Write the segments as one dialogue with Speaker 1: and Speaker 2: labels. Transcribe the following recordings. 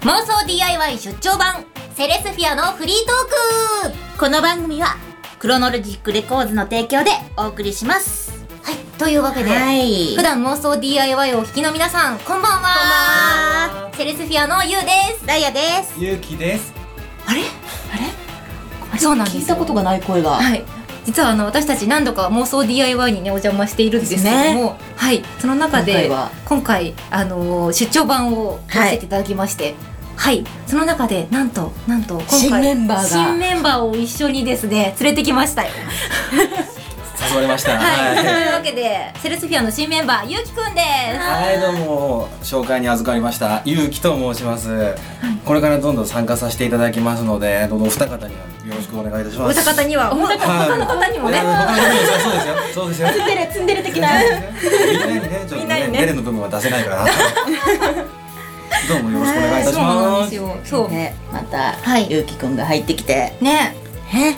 Speaker 1: 妄想 DIY 出張版セレスフィアのフリートーク
Speaker 2: この番組はクロノロジックレコーズの提供でお送りします
Speaker 1: はいというわけで、
Speaker 2: い
Speaker 1: 普段妄想 DIY をお聞きの皆さんこんばんはセレスフィアのゆうです
Speaker 2: ダイヤです
Speaker 3: ゆうきです。
Speaker 1: あれあれそうなんです
Speaker 2: 聞
Speaker 1: よ
Speaker 2: いたことがない声が
Speaker 1: はい実はあの私たち何度か妄想 DIY にねお邪魔しているんですけども、
Speaker 2: です
Speaker 1: はいその中で
Speaker 2: 今回は
Speaker 1: 今回あのー出張版を出させていただきましてはい、その中でなんとなんと今回
Speaker 2: 新メンバーが
Speaker 1: 新メンバーを一緒にですね連れてきましたよ
Speaker 3: 誘われました。
Speaker 1: はい、というわ
Speaker 3: はい。
Speaker 1: けでセレスフィアの新メンバーゆうきくんです
Speaker 3: はい、どうも、紹介に預かりました。ゆうきと申します。これからどんどん参加させていただきますので、どうぞお二方にはよろしくお願いいたし
Speaker 1: お
Speaker 3: ます。
Speaker 1: 二方には他他の方にもね、
Speaker 3: はい他の方にもそうですよ。そうですよ。ツンデレ、ツンデレ的な。 みんなにね、ちょ
Speaker 1: み
Speaker 3: っと
Speaker 1: んなに
Speaker 3: ね、
Speaker 1: ね
Speaker 3: デレの部分は出せない から。どうもよろしくお願いいたし
Speaker 1: そうなん
Speaker 3: ま
Speaker 1: です
Speaker 3: す。
Speaker 1: よそう
Speaker 2: ね、また、
Speaker 1: はい
Speaker 2: ゆうきくんが入ってきて
Speaker 1: ね
Speaker 2: え
Speaker 1: はい、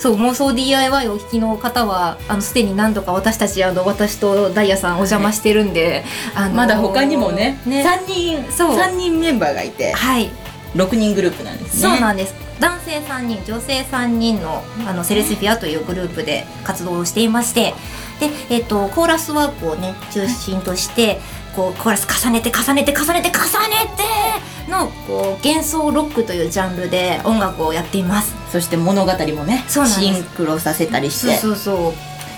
Speaker 1: そう妄想 DIY をお聞きの方はあのすでに何度か私たちあの私とダイヤさんお邪魔してるんで、あの
Speaker 2: まだ他にもね
Speaker 1: ね
Speaker 2: 三人
Speaker 1: そう
Speaker 2: 三人メンバーがいて
Speaker 1: はい、
Speaker 2: 六人グループなんですね
Speaker 1: そうなんです男性3人女性3人のあのセレスフィアというグループで活動をしていましてで、えっとコーラスワークをね中心としてこうコーラス重ねて重ねて重ねて重ねてのこう幻想ロックというジャンルで音楽をやっています。
Speaker 2: そして物語もね
Speaker 1: そうなんで
Speaker 2: シ
Speaker 1: す
Speaker 2: ンクロさせたりして
Speaker 1: そうそうそ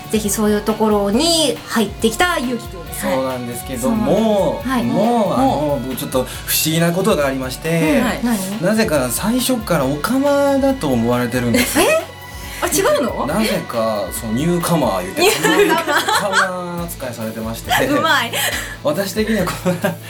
Speaker 1: うぜひそういうところに入ってきたゆうきくんです
Speaker 3: そうなんですけど
Speaker 1: は
Speaker 3: も、
Speaker 1: い
Speaker 3: もう、あ
Speaker 2: も
Speaker 3: の、僕ちょっと不思議なことがありまして。
Speaker 2: はい
Speaker 1: 何
Speaker 3: なぜか最初からオカマだと思われてるんですよ
Speaker 1: あ 違うの
Speaker 3: なぜかそのニューカマー言ってニューカマー扱いされてまして
Speaker 1: い
Speaker 3: 私的にはこ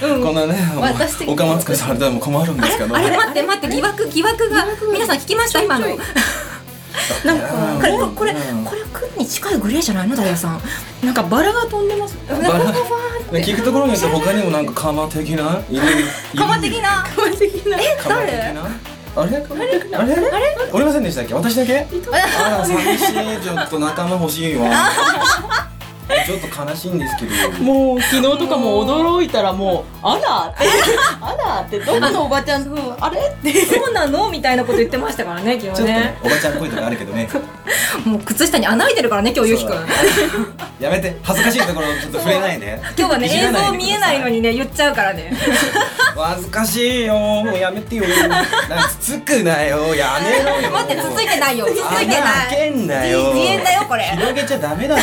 Speaker 3: の,、このね
Speaker 2: 私的に
Speaker 3: オカマ扱いされたらもう困るんですけど
Speaker 1: あれ待って待って疑惑疑惑が皆さん聞きました今の
Speaker 2: ちょい
Speaker 1: なんかこれ
Speaker 3: う
Speaker 1: これ
Speaker 3: うん
Speaker 1: これくんに近いグレーじゃないのダイヤさん
Speaker 2: なんかバラが飛んでます
Speaker 3: バラ聞くところによって他にもなんかカマ的なカ
Speaker 1: カマ的な
Speaker 2: 完璧な
Speaker 1: え
Speaker 3: カマ的
Speaker 1: 誰
Speaker 3: なあれあれあれおりませんでしたっけ 私だけあら寂しいちょっと仲間欲しいわ ちょっと悲しいんですけど
Speaker 2: もう昨日とかも驚いたらもうあらって あらってどこのおばちゃんとあれって
Speaker 1: そうなのみたいなこと言ってましたからね今
Speaker 3: ちょっとね、おばちゃんっぽいとこあるけどね。
Speaker 1: もう靴下に穴開いてるからね今日ゆうきくん
Speaker 3: そうやめて、恥ずかしいところちょっと触れないで。
Speaker 1: 今日はね
Speaker 3: いじら
Speaker 1: 映
Speaker 3: ないでくださ
Speaker 1: 像見えないのにね言っちゃうからね
Speaker 3: 恥ずかしいよ、もうやめてよ。なんつつくなよ、やめろよ。
Speaker 1: 待ってつついてないよつついて
Speaker 3: 穴
Speaker 1: ない
Speaker 3: 開けんなよ。
Speaker 1: 自演だよこれ
Speaker 3: 広げちゃダメだろ。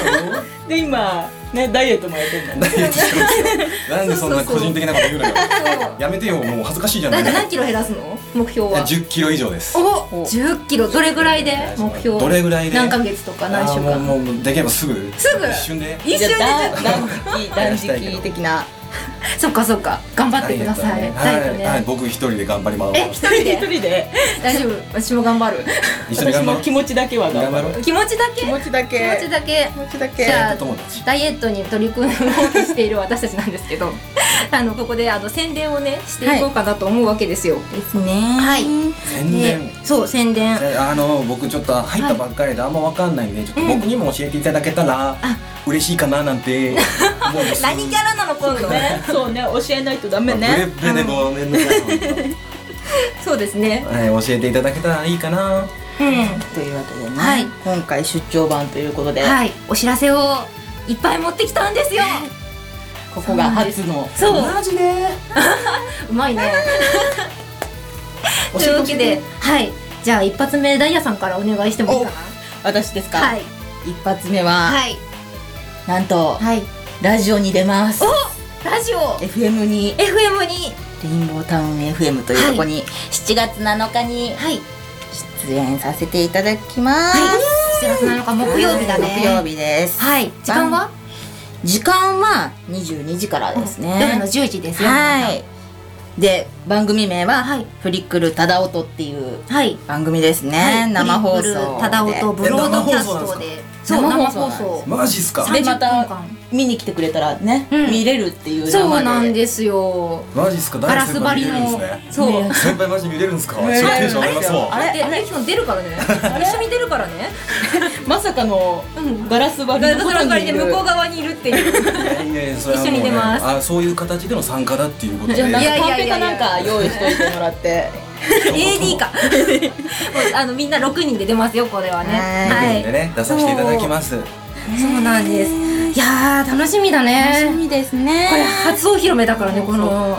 Speaker 2: で今ねダイエットもやってんだね
Speaker 3: ダイエットしてますよなんでそんな個人的なこと言うのよ。
Speaker 1: そう
Speaker 3: やめてよ、もう恥ずかしいじゃな
Speaker 1: だ
Speaker 3: い。
Speaker 1: いたい何キロ減らすの目標は
Speaker 3: 十キロ以上です。
Speaker 1: お十10キロどれぐらいで目標
Speaker 3: どれぐらいで
Speaker 1: 何ヶ月とか何週
Speaker 3: あー
Speaker 1: 間
Speaker 3: もうもうできればすぐ。
Speaker 1: すぐ
Speaker 3: 一瞬で。
Speaker 1: 一瞬で
Speaker 2: じ
Speaker 1: じ
Speaker 2: ゃ
Speaker 1: ゃ
Speaker 2: あだ断食断食的な
Speaker 1: そっかそっか頑張ってくださいダイエット
Speaker 3: はい、はい、
Speaker 1: ね
Speaker 3: 僕一人で頑張りま
Speaker 1: え一
Speaker 3: す。
Speaker 1: 人
Speaker 2: 一
Speaker 1: で
Speaker 2: 人で
Speaker 1: 大丈夫私も頑張る
Speaker 3: 一緒に
Speaker 2: 私
Speaker 3: 頑張ろ
Speaker 2: も
Speaker 3: う
Speaker 2: 気。持ちだけは頑張ろう
Speaker 1: 気持ちだけ
Speaker 2: 気
Speaker 1: 気持
Speaker 2: 持ちだけ
Speaker 1: ちだけ
Speaker 2: 気持ちだけ
Speaker 1: じゃあ
Speaker 3: 友達。
Speaker 1: ダイエットに取り組もうとしている私たちなんです けどあのここであの宣伝をねしていこうかなと思うわけですよ
Speaker 2: ですね
Speaker 1: はい
Speaker 3: 宣伝
Speaker 1: でそう宣伝
Speaker 3: えあの僕ちょっと入ったばっかりであんまわかんないんで、ちょっと僕にも教えていただけたら嬉しいかななんて思うんです
Speaker 1: 何キャラなの今度
Speaker 2: ねそうね教えないとダメ
Speaker 3: ね
Speaker 2: ね、
Speaker 3: ブレブレでごめんなさい、
Speaker 1: そうですね
Speaker 3: はい、教えていただけたらいいかな
Speaker 1: うん
Speaker 2: というわけでね、
Speaker 1: はい
Speaker 2: 今回出張版ということで、
Speaker 1: はいお知らせをいっぱい持ってきたんです よ
Speaker 2: ここが初の
Speaker 1: そう
Speaker 3: マジで
Speaker 1: うまいね
Speaker 3: 教え
Speaker 1: と
Speaker 3: て
Speaker 1: いうわけ
Speaker 3: 教え
Speaker 1: で
Speaker 3: て、
Speaker 1: はい、じゃあ一発目ダイヤさんからお願いしてもいいか
Speaker 2: 私ですか、
Speaker 1: な。はい、
Speaker 2: 一発目は、
Speaker 1: い、
Speaker 2: なんと
Speaker 1: はい。
Speaker 2: ラジオに出ます
Speaker 1: ラジオ
Speaker 2: FM に
Speaker 1: FM に、
Speaker 2: レインボータウン FM というとこに、7月7日に
Speaker 1: はい、
Speaker 2: 出演させていただきます、
Speaker 1: はい、7月7日木曜日だね。
Speaker 2: 木曜日です、
Speaker 1: はい、時間は
Speaker 2: 時間は22時からですね、
Speaker 1: 夜の10時ですよ。
Speaker 2: はいで番組名は、
Speaker 1: はい
Speaker 2: フリックルタダオトっていう
Speaker 1: はい。
Speaker 2: 番組ですね、
Speaker 1: はい、
Speaker 2: 生放送で
Speaker 1: ただ音ブロードキャストで、そう生
Speaker 2: 生
Speaker 1: 放
Speaker 2: 放送
Speaker 1: 送。
Speaker 3: マジっすか
Speaker 2: で
Speaker 1: 30
Speaker 2: また
Speaker 1: 分間
Speaker 2: 見に来てくれたらね、
Speaker 1: うん
Speaker 2: 見れるっていう生で
Speaker 1: そうなんですよ。
Speaker 3: マジっすか
Speaker 1: ガ
Speaker 3: 大
Speaker 1: ラス
Speaker 3: 先
Speaker 1: 張
Speaker 3: 輩
Speaker 1: り
Speaker 3: 見れるんで
Speaker 1: の
Speaker 3: すね
Speaker 1: そう。
Speaker 3: 先輩マジ見れるんですか
Speaker 2: 見
Speaker 3: ちょっとテンション上がります
Speaker 2: あ
Speaker 3: わ
Speaker 2: れ
Speaker 1: で、
Speaker 2: あれ
Speaker 1: ゆきくん出るからね。一緒に出るからね。
Speaker 2: まさかの
Speaker 1: うん
Speaker 2: ガラス張
Speaker 1: ガ
Speaker 2: りの
Speaker 1: ラ
Speaker 2: とこ
Speaker 1: ス張
Speaker 2: ろ
Speaker 1: り
Speaker 2: にい
Speaker 1: で
Speaker 2: る
Speaker 1: 向こう側にいるっていう
Speaker 3: いやいやそれはもう、
Speaker 1: 一緒
Speaker 3: ね、
Speaker 1: に出ます
Speaker 3: あそういう形での参加だっていうことで
Speaker 2: じゃあなん
Speaker 1: いや
Speaker 2: か
Speaker 1: いや
Speaker 2: カンペかなんか用意しといてもらって。
Speaker 1: AD かもうあのみんな六人で出ますよこれはね
Speaker 2: は
Speaker 1: は
Speaker 3: ということで
Speaker 1: い
Speaker 3: ね出させていただきます
Speaker 1: そうなんですいやー楽しみだ
Speaker 4: 楽し
Speaker 1: ね
Speaker 4: みですね
Speaker 1: これ初お披露目だからねこの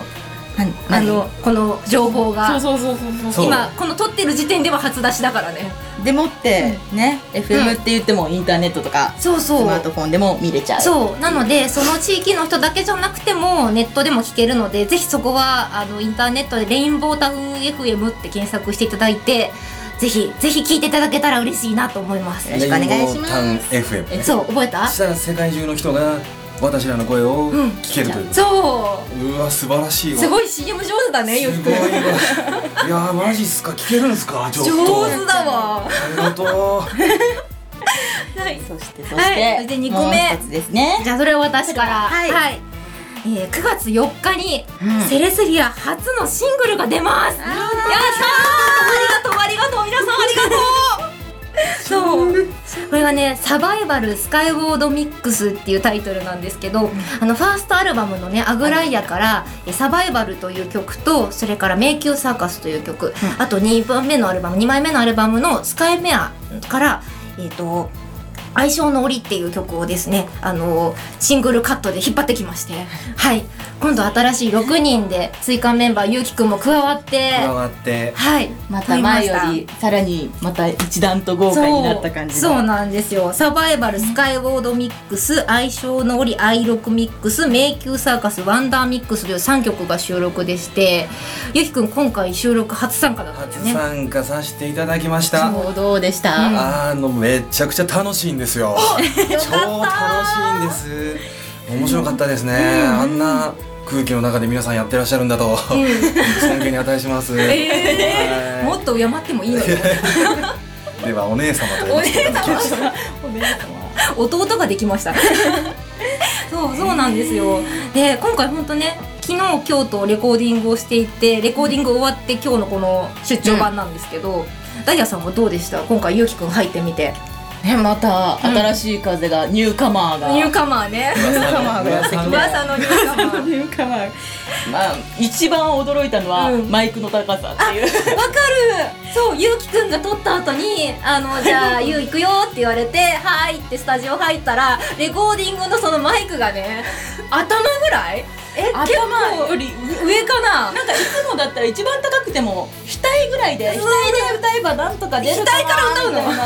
Speaker 1: あ
Speaker 4: あ
Speaker 1: の
Speaker 4: の
Speaker 1: この情報
Speaker 2: そう
Speaker 1: が
Speaker 2: そうそうそう
Speaker 3: そう
Speaker 1: 今この撮ってる時点では初出しだからね
Speaker 2: でもってね、FM って言ってもインターネットとか
Speaker 1: そう
Speaker 2: ス
Speaker 1: そう
Speaker 2: マートフォンでも見れちゃう。
Speaker 1: そうなのでその地域の人だけじゃなくてもネットでも聞けるのでぜひそこはあのインターネットで「レインボータウン FM」って検索していただいてぜひぜひ聞いていただけたら嬉しいなと思います
Speaker 2: よろしくお願いします
Speaker 3: レインボータウン FM ね
Speaker 1: そう覚えた
Speaker 3: したら世界中の人が私らの声を
Speaker 1: うん
Speaker 3: 聞けるという、
Speaker 1: そう
Speaker 3: わ素晴らしいうわ
Speaker 1: すごい CM 上手だねゆう
Speaker 3: す
Speaker 1: き
Speaker 3: ご
Speaker 1: く
Speaker 3: いわい
Speaker 1: ん
Speaker 3: やーマジっすか聞けるんすかちょっと
Speaker 1: 上手だわ
Speaker 3: ありがとう
Speaker 1: はい
Speaker 2: そしてそして、
Speaker 1: はいで二個目
Speaker 2: もう一つですね。
Speaker 1: じゃあそれは私から
Speaker 2: はい
Speaker 1: えー9月4日に
Speaker 2: うん
Speaker 1: セレスリア初のシングルが出ます、やったーありがとうありがとう皆さんありがとうそうこれはね「サバイバルスカイウォードミックス」っていうタイトルなんですけど、あのファーストアルバムのね「アグライア」から「えサバイバル」という曲とそれから「迷宮サーカス」という曲、あと2番目のアルバム2枚目のアルバムの「スカイメア」から「えっ、と愛称の檻っていう曲をですねあのシングルカットで引っ張ってきましてはい今度新しい6人で追加メンバーゆうきくんも加わって
Speaker 3: 加わって
Speaker 1: はい
Speaker 2: また前よりさらにまた一段と豪華になった感じ
Speaker 1: そうそう
Speaker 2: な
Speaker 1: なんですよサバイバルスカイウォードミックス愛称の檻愛録ミックス迷宮サーカスワンダーミックスという3曲が収録でしてゆうきくん今回収録初参加だったんだよ
Speaker 3: 初
Speaker 1: ね
Speaker 3: 参加させていただきました、
Speaker 2: そうどうでした、
Speaker 1: うん
Speaker 3: あのめちゃくちゃ楽しいんですよ。超楽しいんです。面白かったですね。あんな空気の中で皆さんやってらっしゃるんだと尊敬に値します。はい
Speaker 1: もっと敬ってもいいのよ
Speaker 3: ではお姉様と呼ばせていただきました。
Speaker 1: 弟ができました そうそうなんですよで今回本当ね昨日今日とレコーディングをしていてレコーディング終わって今日のこの出張版なんですけど、ダイヤさんはどうでした今回ゆうきくん入ってみて
Speaker 2: ねまた新しい風が、ニューカマーが
Speaker 1: ニューカマーね
Speaker 3: 噂の噂
Speaker 1: 噂のニューカマー
Speaker 2: ニューカマーまあ一番驚いたのは、
Speaker 1: うん
Speaker 2: マイクの高さっていう
Speaker 1: わかるそうゆうきくんが撮った後に「あのじゃあ ゆう行くよ」って言われて「はい」ってスタジオ入ったらレコーディングのそのマイクがね頭ぐらいえ結
Speaker 2: 頭よ
Speaker 1: 構
Speaker 2: り
Speaker 1: 上かな
Speaker 2: なんかいつもだったら一番高くても額ぐらいで額で歌えばなんとか出るかな
Speaker 1: 額から歌うの
Speaker 2: みたいな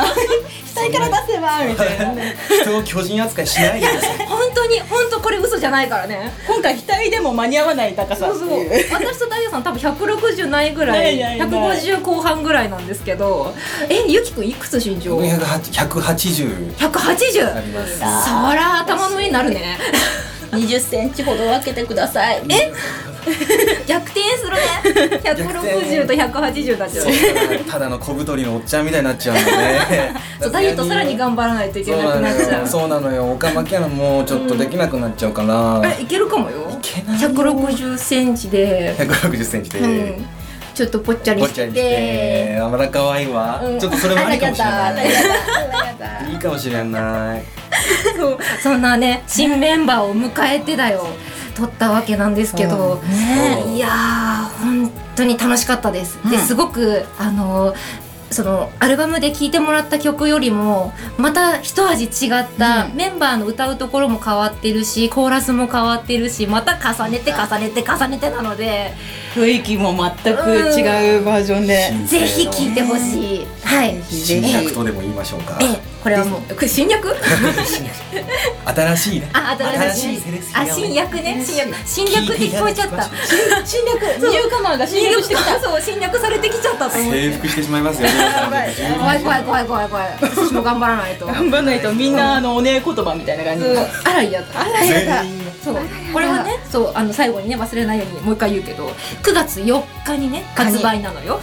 Speaker 2: 額から出せばみたいな
Speaker 3: 人を巨人扱いしないでください。
Speaker 1: 本当に本当これ嘘じゃないからね
Speaker 2: 今回額でも間に合わない高さっていう
Speaker 1: 私とダイヤさん多分160ないぐらい
Speaker 2: ないないない
Speaker 1: 150後半ぐらいなんですけどえゆきくんいくつ身長
Speaker 3: 僕
Speaker 1: 180?
Speaker 3: 百八十あります。
Speaker 1: そら頭の上になる ね
Speaker 2: 20センチほど分けてください
Speaker 1: え逆転するね160と180だけど
Speaker 3: そうただの小太りのおっちゃんみたいになっちゃう の
Speaker 1: そう
Speaker 3: で。
Speaker 1: ダイエットさらに頑張らないといけなくなっちゃう
Speaker 3: そうなのよ。そうなのよ。おかまきゃもうちょっとできなくなっちゃうから。
Speaker 1: えいけるかもよ
Speaker 3: けないよ
Speaker 1: 160センチで、
Speaker 3: 160センチで、
Speaker 1: うん、ちょっとぽっちゃり
Speaker 3: ぼっ
Speaker 1: し
Speaker 3: ちゃ
Speaker 1: て
Speaker 3: りして、あまだ可愛いわ、
Speaker 1: うん
Speaker 3: ちょっとそれもありかもしれな い。
Speaker 4: だ
Speaker 3: いいかもしれない。
Speaker 1: そうそんなね新メンバーを迎えてだよ撮ったわけなんですけど、
Speaker 3: そう
Speaker 1: いやー本当に楽しかったです。ですごくあのそのアルバムで聴いてもらった曲よりもまた一味違った、メンバーの歌うところも変わってるしコーラスも変わってるしまた重ねて重ねて重ねてなので
Speaker 2: 雰囲気も全く違うバージョンで、
Speaker 1: ぜひ聴いてほしい。はい
Speaker 3: 新
Speaker 1: え
Speaker 3: 略とでも言いましょうか。
Speaker 1: ええこれはもうこれ新略
Speaker 3: 新しいね。
Speaker 1: あ新しい
Speaker 3: セレスティア
Speaker 1: あ
Speaker 3: をね
Speaker 1: 新略ね新略新略って聞こえちゃった
Speaker 2: 侵略ニューカマーが侵
Speaker 1: 侵
Speaker 2: 略
Speaker 1: 略
Speaker 2: してきた
Speaker 1: そう侵略されてきちゃったと思って
Speaker 3: 征服してしまいますよ。や
Speaker 2: ばい
Speaker 1: 怖い怖い怖い怖い怖い私も頑張らないと
Speaker 2: 頑張んないとみんなあのおねえ言葉みたいな感じで
Speaker 1: あらいやあら
Speaker 3: 全員
Speaker 1: そうこれはねそうあの最後にね忘れないようにもう一回言うけど9月4日にね発売なのよ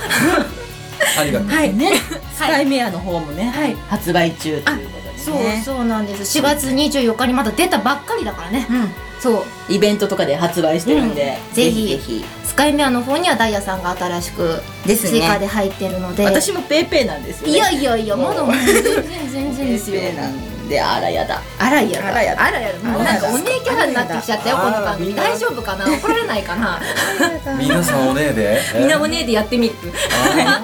Speaker 3: ありがとう。
Speaker 1: はい
Speaker 2: ね、スカイメアの方もね、
Speaker 1: はい
Speaker 2: 発売中ということで
Speaker 1: そうそうなんです4月24日にまだ出たばっかりだからね
Speaker 2: うん
Speaker 1: そう
Speaker 2: イベントとかで発売してるんで、
Speaker 1: うんぜひ
Speaker 2: ぜひ
Speaker 1: スカイメアの方にはダイヤさんが新しく
Speaker 2: ですね
Speaker 1: 追加で入ってる ので
Speaker 2: 私もペーペーなんですよ、ね、
Speaker 1: いやいやいやまだまだ全然全然
Speaker 2: ペ
Speaker 1: です
Speaker 2: ー
Speaker 1: よ
Speaker 2: ペーなんであらやだ
Speaker 1: あらやだ
Speaker 2: あらやだ
Speaker 1: あらやだもうなんかお姉キャラになってきちゃったよこ
Speaker 3: あ
Speaker 1: の
Speaker 3: らやだ
Speaker 1: 番組
Speaker 3: あら
Speaker 1: 大丈夫かな怒られないかな
Speaker 3: 皆さんおねえで
Speaker 1: みんなお姉でや ってみる
Speaker 3: あ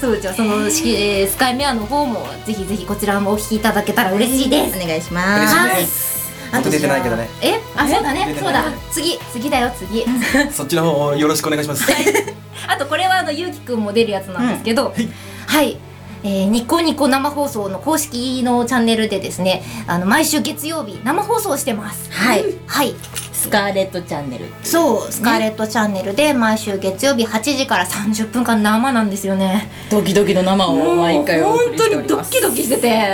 Speaker 1: そうじゃあそのしえースカイメアの方もぜひぜひこちらもお聞きいただけたら嬉しいです
Speaker 2: お願いしま
Speaker 3: 嬉
Speaker 2: す
Speaker 3: しい
Speaker 1: はい
Speaker 3: ー僕出てないけどね
Speaker 1: えあそうだね
Speaker 3: 出て
Speaker 1: そ
Speaker 3: な
Speaker 1: う
Speaker 3: い
Speaker 1: だ次次だよ次
Speaker 3: そっちの方をよろしくお願いします
Speaker 1: あとこれはあのゆうきくんも出るやつなんですけど、
Speaker 3: はい
Speaker 1: はい、えーニコニコ生放送の公式のチャンネルでですねあの毎週月曜日生放送してます
Speaker 2: はい
Speaker 1: はい
Speaker 2: スカーレットチャンネル
Speaker 1: そうスカーレットチャンネルで毎週月曜日8時から30分間生なんですよね
Speaker 2: ドキドキの生を毎回お送
Speaker 1: 本
Speaker 2: りし
Speaker 1: 当
Speaker 2: てお
Speaker 1: に
Speaker 2: り
Speaker 1: ド
Speaker 2: ま
Speaker 1: ッ
Speaker 2: す
Speaker 1: キドキしてて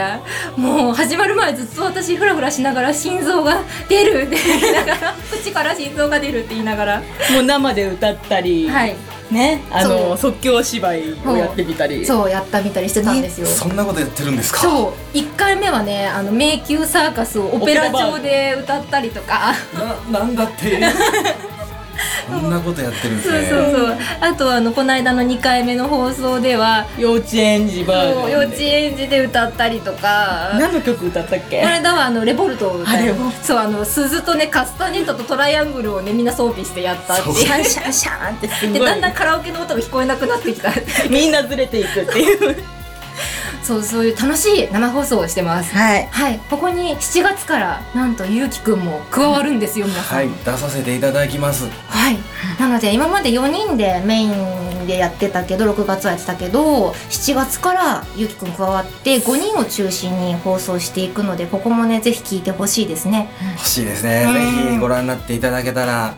Speaker 1: もう始まる前ずっと私フラフラしながら心臓が出るって言いながら口から心臓が出るって言いながら
Speaker 2: もう生で歌ったり、
Speaker 1: はい
Speaker 2: ねあ
Speaker 1: そ
Speaker 2: の
Speaker 1: う
Speaker 2: 即興芝居をやってみたり
Speaker 1: そうやったみたりしてたんですよ
Speaker 3: そんなことやってるんですか
Speaker 1: そう1回目はねあの迷宮サーカスをオペラ調で歌ったりとか
Speaker 3: ななんだってそんなことやってるんで
Speaker 1: そ
Speaker 3: す
Speaker 1: うそう
Speaker 3: ね
Speaker 1: そうあとあのこの間の2回目の放送では
Speaker 2: 幼稚園児バージョ
Speaker 1: も
Speaker 2: ン
Speaker 1: う
Speaker 2: で
Speaker 1: 幼稚園児で歌ったりとか
Speaker 2: 何の曲歌ったっけ
Speaker 1: この間はあのレボルトを歌
Speaker 2: あレ
Speaker 1: い
Speaker 2: ボル
Speaker 1: そうあの鈴とねカスタネットとトライアングルをねみんな装備してやったっていう
Speaker 3: そう
Speaker 1: シャンシャンシャンって
Speaker 2: すごい
Speaker 1: でだんだんカラオケの音が聞こえなくなってきた
Speaker 2: みんなずれていくっていう
Speaker 1: そうそういう楽しい生放送をしてます
Speaker 2: はい
Speaker 1: はいここに7月からなんとゆうきくんも加わるんですよ皆さん
Speaker 3: はい出させていただきます
Speaker 1: はい、なので今まで4人でメインでやってたけど6月はやってたけど7月からゆうきくん加わって5人を中心に放送していくのでここもねぜひ聞いてほしいですね
Speaker 3: 欲しいですね
Speaker 1: うん
Speaker 3: ぜひご覧になっていただけたら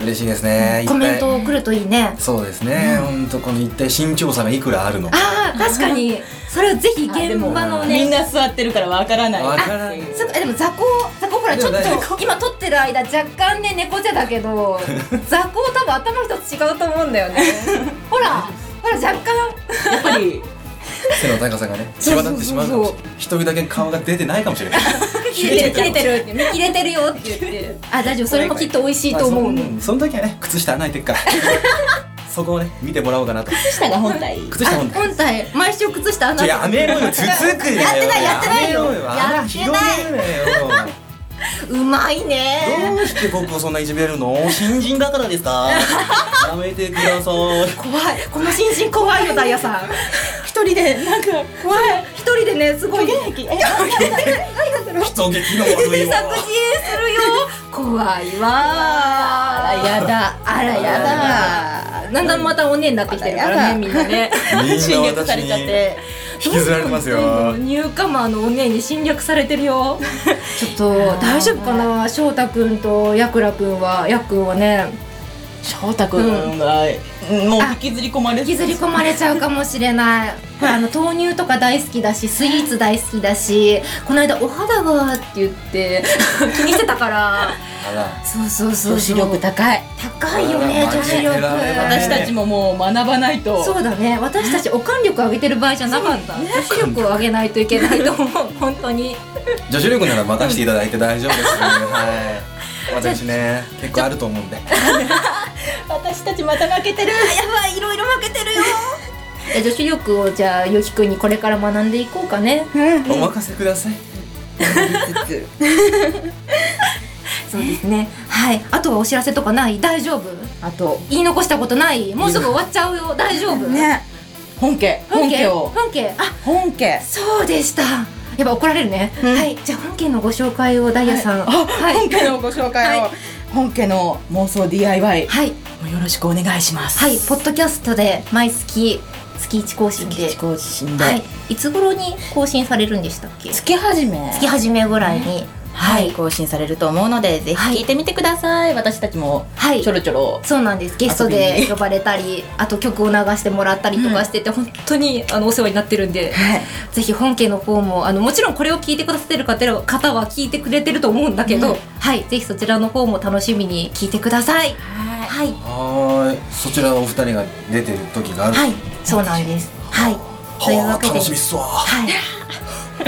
Speaker 3: 嬉しいですね
Speaker 1: コメン
Speaker 3: いっぱい
Speaker 1: ト送るといいね
Speaker 3: そうですねほんとこの一体身長差がいくらあるのか
Speaker 1: あー確かに それをぜひ現場の
Speaker 3: あ
Speaker 1: ね
Speaker 2: みんな座ってるからわからない
Speaker 3: わからない
Speaker 1: そっかえでも雑魚雑魚ほらちょっ
Speaker 3: でも大丈
Speaker 1: と今撮ってる間若干ね猫背だけ ど雑魚多分頭一つ違うと思うんだよねほらほら若干
Speaker 2: やっぱり
Speaker 3: 背の高さがね
Speaker 1: そう
Speaker 3: 際
Speaker 1: そうそうそう
Speaker 3: 立ってしまうかもしれない一人だけ顔が出てないかもしれない
Speaker 1: 切れてる切れてるって見切れてるよって言ってあ大丈夫それもきっと美味しいと思う
Speaker 3: まあ
Speaker 1: の
Speaker 3: そんその時はね靴下穴開いてるからそこをね見てもらおうかなと
Speaker 2: 下が本体
Speaker 3: 靴下もんだ
Speaker 1: 本体毎週靴下穴
Speaker 3: ちょやめろよつつくよ
Speaker 1: やってないやってないよやってない
Speaker 3: ないう
Speaker 1: まいね
Speaker 3: どうして僕をそんないじめるの新人だからですかやめてください
Speaker 1: 怖いこの新人怖いよダイヤさん
Speaker 2: 一人でなんか
Speaker 1: 怖い一人でねすごい
Speaker 2: 影
Speaker 1: 作
Speaker 2: 壁えあ
Speaker 1: 詞す
Speaker 3: 人気の悪いわ
Speaker 1: るよ怖いわ
Speaker 2: らやだ
Speaker 1: あらやだだんだんまたおねえになってきてるから
Speaker 2: あらやだ
Speaker 1: ねみんなね
Speaker 3: みんな
Speaker 2: 侵略されちゃって
Speaker 3: 引きずられてますよ
Speaker 1: どんどんニューカマーのおねえに侵略されてるよちょっと大丈夫かな翔太くんとやくらくんはやっくんはね
Speaker 2: 翔太くんがもう引きずり込まれ
Speaker 1: 引きずり込
Speaker 2: ま
Speaker 1: まれちゃうかもしれ ないあの豆乳とか大好きだしスイーツ大好きだしこの間お肌がって言って 気にしてたから
Speaker 3: あら
Speaker 1: そうそうそう
Speaker 2: 女子力高い
Speaker 1: 高いよね
Speaker 3: あら
Speaker 1: 女子力
Speaker 3: まあね偉い
Speaker 2: 私たちももう学ばないと
Speaker 1: そうだね私たちおかん力上げてる場合じゃなかった、女子力を上げないといけないと思う 本当に
Speaker 3: 女子力なら任せていただいて大丈夫ですよねはい私ね結構あると思うんで
Speaker 2: 私たちまた負けてる
Speaker 1: やばいいろいろ負けてるよ 女子力をじゃあゆきくんにこれから学んでいこうかね
Speaker 3: お任せください
Speaker 1: そうですねはいあとはお知らせとかない大丈夫
Speaker 2: あと
Speaker 1: 言い残したことないもうすぐ終わっちゃうよ大丈夫
Speaker 2: 本家本家を
Speaker 1: 本家あ
Speaker 2: 本家
Speaker 1: そうでしたやっぱ怒られるね、はいじゃあ本家のご紹介をダイヤさん
Speaker 2: あ本家のご紹介
Speaker 1: は
Speaker 2: を本家の妄想 DIY よ
Speaker 1: はい
Speaker 2: ろしくお願いします
Speaker 1: はいポッドキャストで毎月月1更新で
Speaker 2: 月更新で
Speaker 1: はいいつ頃に更新されるんでしたっけ月
Speaker 2: 月始め
Speaker 1: 始めぐらいに
Speaker 2: は
Speaker 1: はいい
Speaker 2: 更新されると思うのでぜ
Speaker 1: はい
Speaker 2: ひ聞いてみてください私たちも
Speaker 1: はい
Speaker 2: ちょろちょろ
Speaker 1: そうなんですゲスト
Speaker 2: 遊び
Speaker 1: で
Speaker 2: に
Speaker 1: 呼ばれたりあと曲を流してもらったりとかしてて、本当にあのお世話になってるんで
Speaker 2: はい
Speaker 1: ぜひ本家の方もあのもちろんこれを聞いてくださってる方方は聞いてくれてると思うんだけど、
Speaker 2: うん
Speaker 1: はいぜひそちらの方も楽しみに聞いてください。はい、
Speaker 3: はーいそちらお二人が出てる時がある
Speaker 1: はい、そうなんです。はい、という
Speaker 3: は
Speaker 1: わ
Speaker 3: あ
Speaker 1: けで、
Speaker 3: 楽しみっすわ
Speaker 1: はい、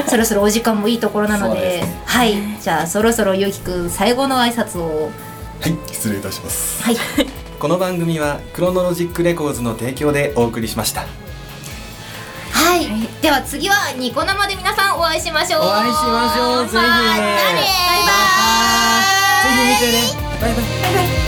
Speaker 1: そろそろお時間もいいところなの
Speaker 3: そう
Speaker 1: で
Speaker 3: ですね
Speaker 1: はいじゃあそろそろゆうきくん最後の挨拶を
Speaker 3: はい失礼いたします
Speaker 1: はい
Speaker 3: この番組はクロノロジックレコーズの提供でお送りしました
Speaker 1: はい、では次はニコ生で皆さんお会いしましょう
Speaker 3: お会いしましょうぜひ
Speaker 1: またね
Speaker 3: ぜひ見てねバイバイ
Speaker 1: バイバイ